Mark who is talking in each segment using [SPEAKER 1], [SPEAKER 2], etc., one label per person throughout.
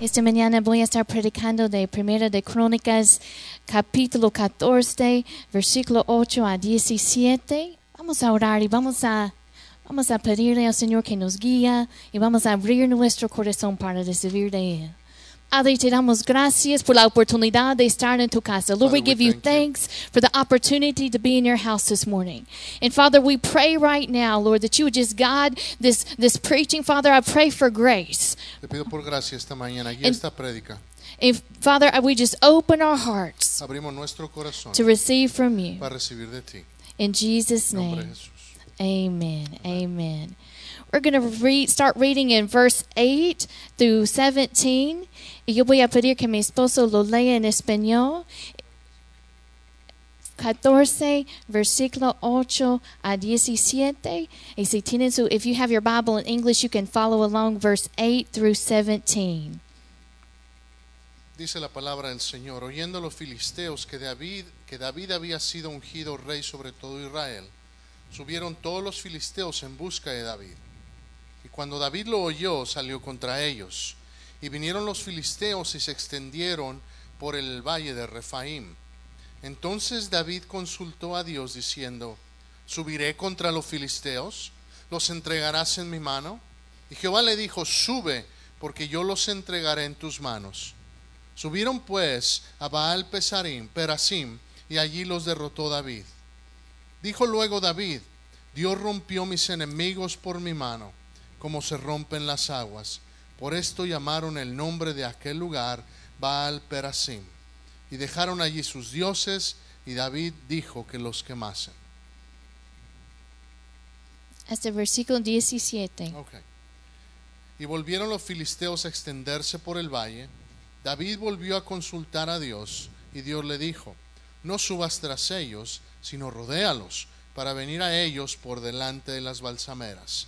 [SPEAKER 1] Esta mañana voy a estar predicando de Primera de Crónicas, capítulo 14, versículo 8 a 17. Vamos a orar y vamos a, vamos a pedirle al Señor que nos guía y vamos a abrir nuestro corazón para recibir de Él. Father, te damos gracias por la oportunidad de estar en tu casa. Lord,
[SPEAKER 2] Father,
[SPEAKER 1] we
[SPEAKER 2] we
[SPEAKER 1] give you
[SPEAKER 2] thank you.
[SPEAKER 1] thanks for the opportunity to be in your house this morning. And Father, we pray right now, Lord, that you would just guide this, this preaching. Father, I pray for grace.
[SPEAKER 2] Te pido por gracia esta mañana, guía
[SPEAKER 1] En-
[SPEAKER 2] esta prédica.
[SPEAKER 1] And Father, we just open our hearts
[SPEAKER 2] Abrimos nuestro corazón
[SPEAKER 1] to receive from you.
[SPEAKER 2] para recibir de ti.
[SPEAKER 1] In Jesus'
[SPEAKER 2] En nombre de
[SPEAKER 1] name,
[SPEAKER 2] Jesús.
[SPEAKER 1] amen. Amen. We're going to read, start reading in verse 8 through 17. Y yo voy a pedir que mi esposo lo lea en español. 14, versículo 8 a 17. Y si tienen su, if you have your Bible in English, you can follow along verse 8 through 17.
[SPEAKER 2] Dice la palabra del Señor, oyendo los filisteos que David, que David había sido ungido rey sobre todo Israel, subieron todos los filisteos en busca de David. Y cuando David lo oyó, salió contra ellos. Y vinieron los filisteos y se extendieron por el valle de Refaim. Entonces David consultó a Dios diciendo, ¿subiré contra los filisteos? ¿Los entregarás en mi mano? Y Jehová le dijo, sube, porque yo los entregaré en tus manos. Subieron pues a Baal Pesarim, Perasim, y allí los derrotó David. Dijo luego David, Dios rompió mis enemigos por mi mano, como se rompen las aguas. Por esto llamaron el nombre de aquel lugar Baal Perasim. Y dejaron allí sus dioses, y David dijo que los quemasen.
[SPEAKER 1] Hasta el versículo 17.
[SPEAKER 2] Ok. Y volvieron los filisteos a extenderse por el valle. David volvió a consultar a Dios y Dios le dijo, no subas tras ellos, sino rodéalos para venir a ellos por delante de las balsameras.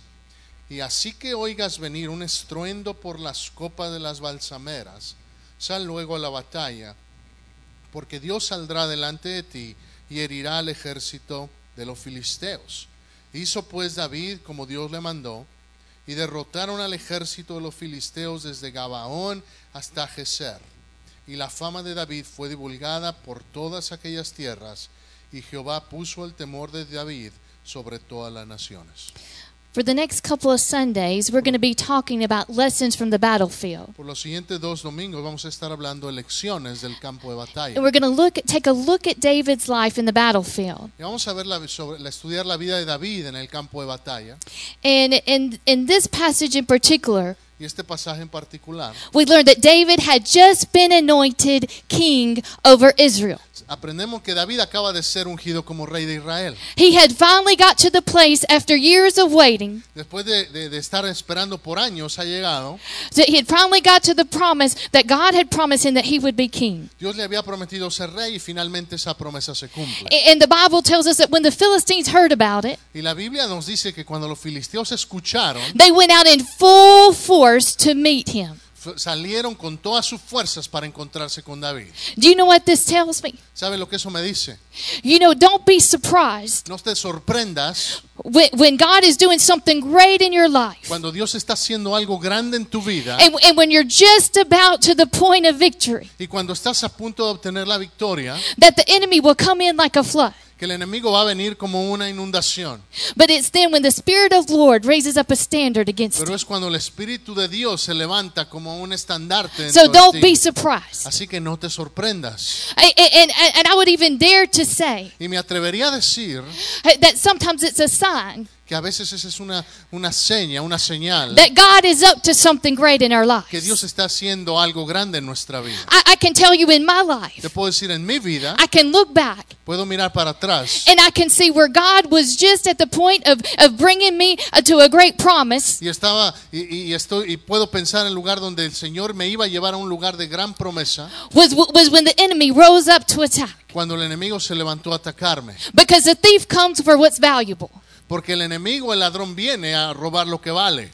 [SPEAKER 2] Y así que oigas venir un estruendo por las copas de las balsameras, sal luego a la batalla, porque Dios saldrá delante de ti y herirá al ejército de los filisteos. Hizo pues David como Dios le mandó, y derrotaron al ejército de los filisteos desde Gabaón hasta Geser. Y la fama de David fue divulgada por todas aquellas tierras, y Jehová puso el temor de David sobre todas las naciones.
[SPEAKER 1] For the next couple of Sundays, we're going to be talking about lessons from the battlefield.
[SPEAKER 2] Por los siguientes dos domingos vamos a estar hablando de lecciones del campo de batalla.
[SPEAKER 1] And we're going to look at, take a look at David's life in the battlefield.
[SPEAKER 2] Y vamos a ver la, sobre, la- estudiar la vida de David en el campo de batalla.
[SPEAKER 1] And in, in this passage in particular,
[SPEAKER 2] Y este pasaje en particular,
[SPEAKER 1] we learned that David had just been anointed king over Israel.
[SPEAKER 2] aprendemos que David acaba de ser ungido como rey de Israel.
[SPEAKER 1] He had finally got to the place after years of waiting.
[SPEAKER 2] Después de, de- de estar esperando por años, ha llegado.
[SPEAKER 1] So he had finally got to the promise that God had promised him that he would be king.
[SPEAKER 2] Dios le había prometido ser rey y finalmente esa promesa se cumple.
[SPEAKER 1] A- And the Bible tells us that when the Philistines heard about it,
[SPEAKER 2] Y la Biblia nos dice que cuando los filisteos escucharon,
[SPEAKER 1] they went out in full force to meet him.
[SPEAKER 2] f- salieron con todas sus fuerzas para encontrarse con David.
[SPEAKER 1] Do you know what this tells me?
[SPEAKER 2] ¿Sabe lo que eso me dice?
[SPEAKER 1] You know, don't be surprised
[SPEAKER 2] No te sorprendas
[SPEAKER 1] when, when God is doing something great in your life.
[SPEAKER 2] cuando Dios está haciendo algo grande en tu vida
[SPEAKER 1] And, and when you're just about to the point of victory,
[SPEAKER 2] y cuando estás a punto de obtener la victoria,
[SPEAKER 1] that the enemy will come in like a flood.
[SPEAKER 2] que el enemigo va a venir como una inundación.
[SPEAKER 1] But it's then when the Spirit of Lord raises up a standard against
[SPEAKER 2] Pero
[SPEAKER 1] it.
[SPEAKER 2] es cuando el Espíritu de Dios se levanta como un estandarte. dentro
[SPEAKER 1] So
[SPEAKER 2] de
[SPEAKER 1] don't
[SPEAKER 2] ti.
[SPEAKER 1] be surprised.
[SPEAKER 2] Así que no te sorprendas.
[SPEAKER 1] I- I- And, and, and I would even dare to say
[SPEAKER 2] Y me atrevería a decir
[SPEAKER 1] that sometimes it's a sign
[SPEAKER 2] que a veces esa es una, una seña, una señal
[SPEAKER 1] that God is up to something great in our
[SPEAKER 2] que
[SPEAKER 1] lives.
[SPEAKER 2] Dios está haciendo algo grande en nuestra vida.
[SPEAKER 1] I, I can tell you in my
[SPEAKER 2] Te
[SPEAKER 1] life,
[SPEAKER 2] puedo decir, en mi vida,
[SPEAKER 1] I can look back
[SPEAKER 2] puedo mirar para atrás
[SPEAKER 1] And I can see where God was just at the point of, of bringing me uh, to a great promise.
[SPEAKER 2] y estaba y, y- y estoy y puedo pensar en el lugar donde el Señor me iba a llevar a un lugar de gran promesa
[SPEAKER 1] Was, was when the enemy rose up to attack.
[SPEAKER 2] cuando el enemigo se levantó a atacarme,
[SPEAKER 1] Because the thief comes for what's valuable.
[SPEAKER 2] porque el enemigo, el ladrón viene a robar lo que vale.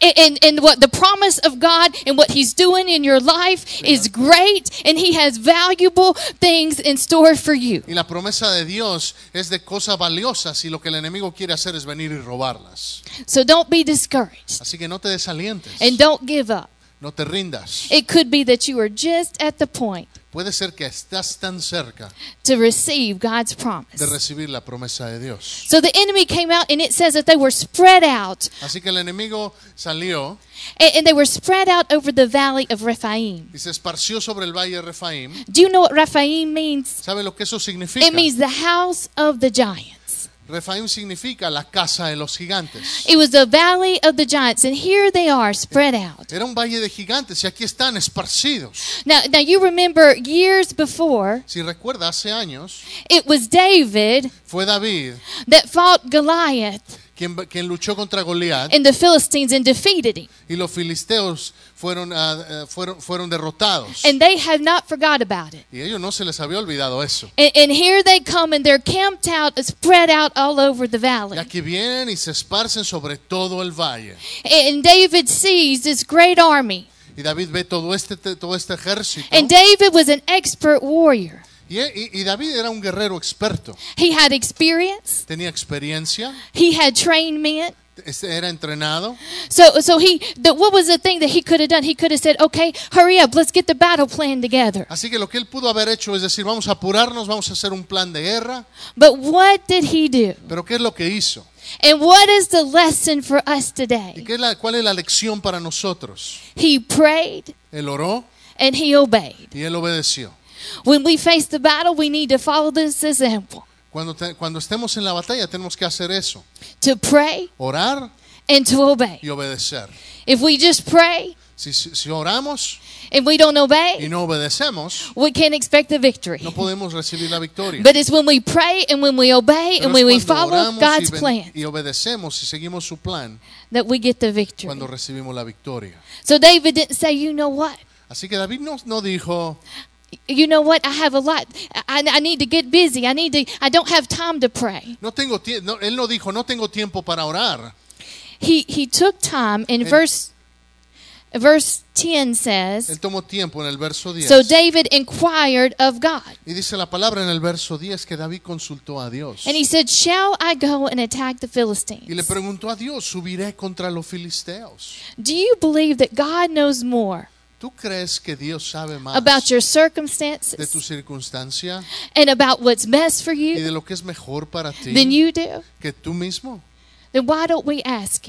[SPEAKER 1] And, and, and what the promise of God and what he's doing in your life is great. And he has valuable things in store for you.
[SPEAKER 2] Y la promesa de Dios es de cosas valiosas y lo que el enemigo quiere hacer es venir y robarlas.
[SPEAKER 1] So don't be discouraged.
[SPEAKER 2] Así que no te desalientes.
[SPEAKER 1] And don't give up.
[SPEAKER 2] No te rindas.
[SPEAKER 1] It could be that you are just at the point
[SPEAKER 2] Puede ser que estás tan cerca
[SPEAKER 1] to receive God's
[SPEAKER 2] de
[SPEAKER 1] promise.
[SPEAKER 2] recibir la promesa de Dios.
[SPEAKER 1] So the enemy came out, and it says that they were spread out,
[SPEAKER 2] Así que el enemigo salió
[SPEAKER 1] and, and they were spread out over the valley of Rephaim.
[SPEAKER 2] y se esparció sobre el valle de Refaim.
[SPEAKER 1] Do you know what Rephaim means?
[SPEAKER 2] ¿Sabe lo que eso significa?
[SPEAKER 1] It means the house of the giants.
[SPEAKER 2] Refaim significa la casa de los gigantes.
[SPEAKER 1] It was the valley of the giants, and here they are spread out.
[SPEAKER 2] Era un valle de gigantes y aquí están esparcidos.
[SPEAKER 1] Now, now you remember years before,
[SPEAKER 2] Si recuerda, hace años
[SPEAKER 1] it was David
[SPEAKER 2] fue David
[SPEAKER 1] that fought Goliath
[SPEAKER 2] quien, quien luchó contra Goliat
[SPEAKER 1] and the Philistines and defeated him.
[SPEAKER 2] y los filisteos fueron, ah, eh, fueron, fueron derrotados.
[SPEAKER 1] And they have not forgot about it.
[SPEAKER 2] Y ellos no se les había olvidado eso.
[SPEAKER 1] And, and here they come and they're camped out, spread out all over the valley.
[SPEAKER 2] Y aquí vienen y se esparcen sobre todo el valle.
[SPEAKER 1] And David sees this great army.
[SPEAKER 2] Y David ve todo este, todo este ejército.
[SPEAKER 1] And David was an expert warrior.
[SPEAKER 2] Y, y- y David era un guerrero experto.
[SPEAKER 1] He had experience,
[SPEAKER 2] Tenía experiencia,
[SPEAKER 1] he had trained men.
[SPEAKER 2] este, era entrenado.
[SPEAKER 1] So, so he, the, what was the thing that he could have done? He could have said, okay, hurry up, let's get the battle plan together.
[SPEAKER 2] Así que lo que él pudo haber hecho es decir, vamos a apurarnos, vamos a hacer un plan de guerra.
[SPEAKER 1] But what did he do?
[SPEAKER 2] Pero ¿qué es lo que hizo?
[SPEAKER 1] And what is the lesson for us
[SPEAKER 2] ¿Y
[SPEAKER 1] today?
[SPEAKER 2] qué es la, cuál es la lección para nosotros?
[SPEAKER 1] He prayed
[SPEAKER 2] Él oró
[SPEAKER 1] and he obeyed.
[SPEAKER 2] y él obedeció.
[SPEAKER 1] When we face the battle, we need to follow this example
[SPEAKER 2] Cuando, te- cuando estemos en la batalla tenemos que hacer eso,
[SPEAKER 1] to pray
[SPEAKER 2] orar
[SPEAKER 1] and to obey.
[SPEAKER 2] y obedecer.
[SPEAKER 1] If we just pray
[SPEAKER 2] Si, si- si oramos
[SPEAKER 1] and we don't
[SPEAKER 2] y
[SPEAKER 1] obey,
[SPEAKER 2] no obedecemos,
[SPEAKER 1] we can't expect the victory.
[SPEAKER 2] no podemos recibir la victoria.
[SPEAKER 1] But it's when we pray and when we obey
[SPEAKER 2] Pero
[SPEAKER 1] and
[SPEAKER 2] es
[SPEAKER 1] when we
[SPEAKER 2] cuando
[SPEAKER 1] follow
[SPEAKER 2] oramos
[SPEAKER 1] God's
[SPEAKER 2] y, ven-
[SPEAKER 1] plan
[SPEAKER 2] y obedecemos y seguimos su plan
[SPEAKER 1] that we get the victory.
[SPEAKER 2] cuando recibimos la victoria.
[SPEAKER 1] So David didn't say, you know what?
[SPEAKER 2] Así que David no, no dijo,
[SPEAKER 1] You know what? I have a lot. I, I need to get busy. I need to. I don't have time to pray.
[SPEAKER 2] no tengo tie- no, él no dijo, no tengo tiempo para orar.
[SPEAKER 1] He he took time. In verse verse ten says,
[SPEAKER 2] Él tomó tiempo en el verso 10.
[SPEAKER 1] so David inquired of God,
[SPEAKER 2] y dice la palabra en el verso 10 que David consultó a Dios.
[SPEAKER 1] and he said, "Shall I go and attack the
[SPEAKER 2] Y le
[SPEAKER 1] Philistines?"
[SPEAKER 2] preguntó a Dios, ¿subiré contra los filisteos?
[SPEAKER 1] Do you believe that God knows more
[SPEAKER 2] ¿Tú crees que Dios sabe más
[SPEAKER 1] about your
[SPEAKER 2] de tu
[SPEAKER 1] circumstances
[SPEAKER 2] circunstancia
[SPEAKER 1] and about what's best for
[SPEAKER 2] y
[SPEAKER 1] you
[SPEAKER 2] de lo que es mejor para
[SPEAKER 1] than
[SPEAKER 2] ti
[SPEAKER 1] you do?
[SPEAKER 2] que tú mismo?
[SPEAKER 1] Then why don't we ask